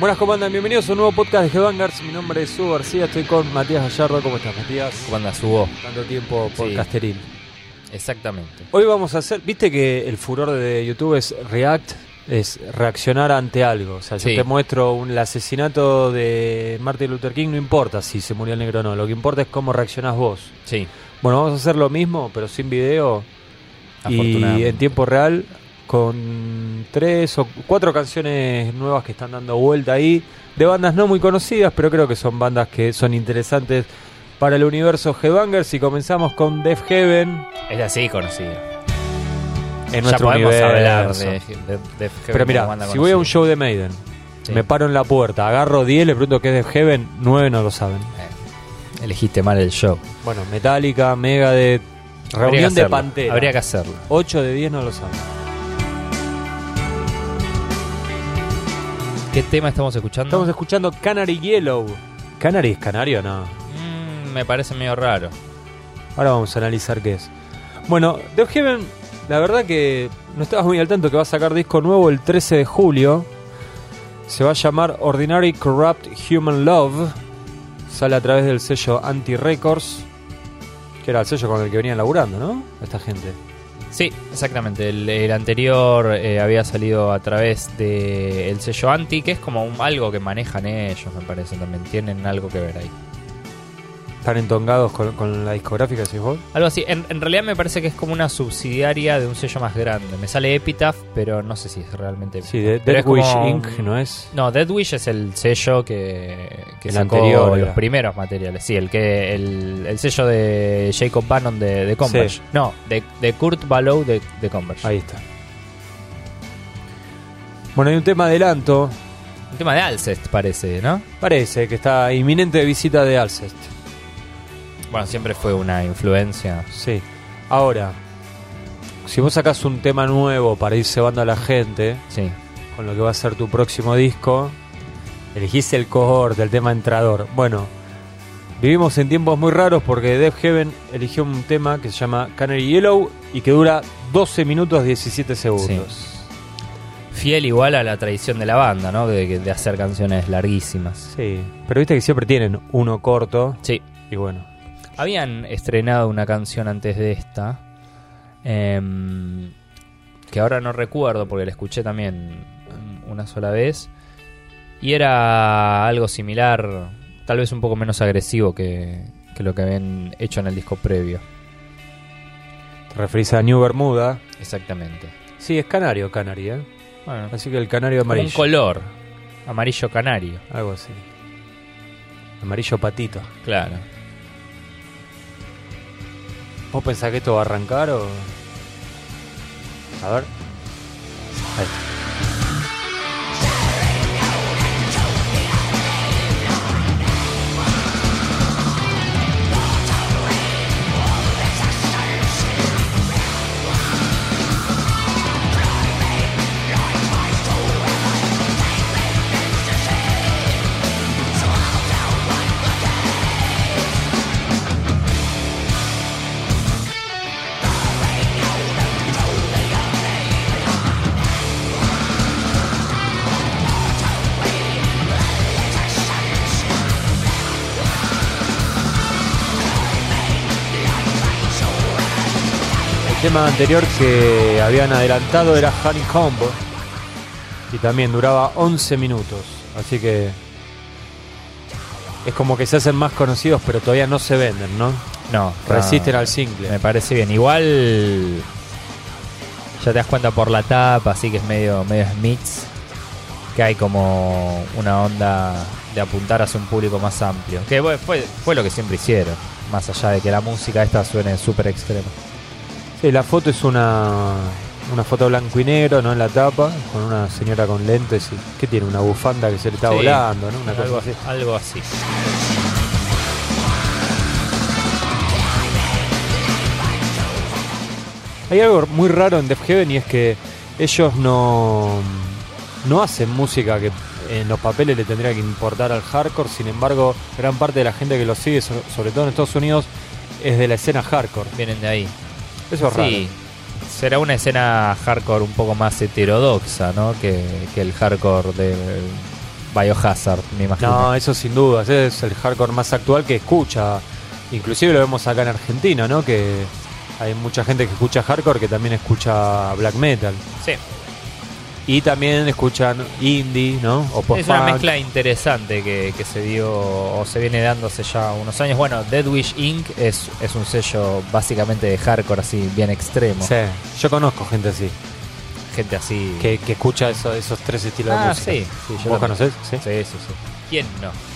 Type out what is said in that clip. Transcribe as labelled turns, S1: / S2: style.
S1: Buenas, ¿cómo andan? Bienvenidos a un nuevo podcast de Headbangers. Mi nombre es Hugo García, estoy con Matías Gallardo. ¿Cómo estás, Matías?
S2: ¿Cómo andas, Hugo?
S1: Tanto tiempo
S2: Sí.
S1: podcasteril.
S2: Exactamente.
S1: Hoy vamos a hacer, viste que el furor de YouTube es React, es reaccionar ante algo. O sea, yo
S2: Sí.
S1: te muestro un, el asesinato de Martin Luther King, no importa si se murió el negro o no, lo que importa es cómo reaccionás vos.
S2: Sí,
S1: Bueno, vamos a hacer lo mismo, pero sin video y
S2: afortunadamente.
S1: en tiempo real con tres o cuatro canciones nuevas que están dando vuelta ahí, de bandas no muy conocidas, pero creo que son bandas que son interesantes para el universo Headbangers y comenzamos con Def Heaven
S2: Es así conocido.
S1: en
S2: ya
S1: nuestro
S2: podemos
S1: universo.
S2: hablar de, de, de Heaven
S1: Pero
S2: como
S1: mira,
S2: banda
S1: si voy a un
S2: conocida.
S1: show de Maiden,
S2: Sí.
S1: me paro en la puerta, agarro 10, le pregunto qué es Def Heaven, 9 no lo saben.
S2: Eh, Elegiste mal el show.
S1: Bueno, Metallica, Mega de
S2: Habría
S1: reunión
S2: que
S1: de
S2: hacerlo.
S1: Pantera.
S2: Habría que Mm. hacerlo.
S1: 8 de 10 no lo saben.
S2: ¿Qué tema estamos escuchando?
S1: Estamos escuchando Canary Yellow. ¿Canary es canario o no?
S2: Mm, me parece medio raro.
S1: Ahora vamos a analizar qué es. Bueno, Death Heaven, la verdad que no estabas muy al tanto que va a sacar disco nuevo el 13 de julio. Se va a llamar Ordinary Corrupt Human Love. Sale a través del sello Anti Records, que era el sello con el que venían laburando, ¿no? Esta gente.
S2: Sí, exactamente. El, el anterior eh, había salido a través del sello Anti, que es como un- algo que manejan ellos, me parece también. Tienen algo que ver ahí.
S1: Están entongados con, con la discográfica, decís vos.
S2: Algo así. En, en realidad me parece que es como una subsidiaria de un sello más grande. Me sale Epitaph, pero no sé si es realmente.
S1: Sí, de Death
S2: Pero es como-
S1: Wish Inc., ¿no es?
S2: No, Dead Wish es el sello que, que
S1: El
S2: sacó
S1: anterior
S2: los
S1: era.
S2: primeros materiales. Sí, el que el, el sello de Jacob Bannon de, de Converge.
S1: Sí.
S2: No, de, de Kurt Balow de, de Converge.
S1: Ahí está. Bueno, hay un tema adelanto.
S2: Un tema de Alcest parece, ¿no?
S1: Parece que está inminente de visita de Alcest.
S2: Bueno, siempre fue una influencia.
S1: Sí. Ahora, si vos sacás un tema nuevo para ir cebando a la gente
S2: Sí.
S1: con lo que va a ser tu próximo disco, elegís el cohort, el tema entrador. Bueno, vivimos en tiempos muy raros porque Death Heaven eligió un tema que se llama Canary Yellow y que dura 12 minutos 17 segundos.
S2: Fiel igual a la tradición de la banda, ¿no? De, de hacer canciones larguísimas.
S1: Sí. Pero viste que siempre tienen uno corto
S2: Sí.
S1: y bueno.
S2: Habían estrenado una canción antes de esta. em, que ahora no recuerdo porque la escuché también una sola vez. Y era algo similar, tal vez un poco menos agresivo que, que lo que habían hecho en el disco previo.
S1: Te referís a New Bermuda.
S2: Exactamente.
S1: Sí, es canario, canaria.
S2: Bueno,
S1: Así que el canario
S2: como un
S1: amarillo.
S2: color amarillo canario.
S1: Algo así. Amarillo patito.
S2: Claro.
S1: ¿Vos pensás que esto va a arrancar o.? A ver. Ahí está. El tema anterior que habían adelantado era Honeycomb. Y también duraba 11 minutos. Así que. Es como que se hacen más conocidos, pero todavía no se venden, ¿no?
S2: No,
S1: Resisten
S2: no.
S1: al single.
S2: Me parece bien. Igual. Ya te das cuenta por la tapa, así que es medio, medio Smiths. Que hay como una onda de apuntar hacia un público más amplio. Que fue, fue, fue lo que siempre hicieron. Más allá de que la música esta suene súper extrema.
S1: Sí, la foto es una, una foto blanco y negro, ¿no? En la tapa, con una señora con lentes y que tiene una bufanda que se le está
S2: Sí.
S1: volando, ¿no? Una cosa
S2: algo,
S1: así.
S2: algo así.
S1: Hay algo muy raro en Def Heaven y es que ellos no, no hacen música que en los papeles le tendría que importar al hardcore, sin embargo, gran parte de la gente que los sigue, so- sobre todo en Estados Unidos, es de la escena hardcore.
S2: Vienen de ahí.
S1: Eso es
S2: Sí. Será una escena hardcore un poco más heterodoxa, ¿no? Que, que el hardcore de Biohazard, me imagino.
S1: No, eso sin duda, ese es el hardcore más actual que escucha. Inclusive lo vemos acá en Argentina, ¿no? Que hay mucha gente que escucha hardcore que también escucha black metal.
S2: Sí.
S1: Y también escuchan indie, ¿no? O post
S2: Es una mezcla interesante que, que se dio o se viene dando hace ya unos años. Bueno, Dead Wish Inc. es, es un sello básicamente de hardcore así, bien extremo.
S1: Sí, yo conozco gente así,
S2: Gente así.
S1: que, que escucha eso- esos tres estilos de
S2: ah,
S1: música.
S2: sí, sí, yo
S1: ¿Vos
S2: también.
S1: conocés? Sí.
S2: Sí, sí, sí. ¿Quién no?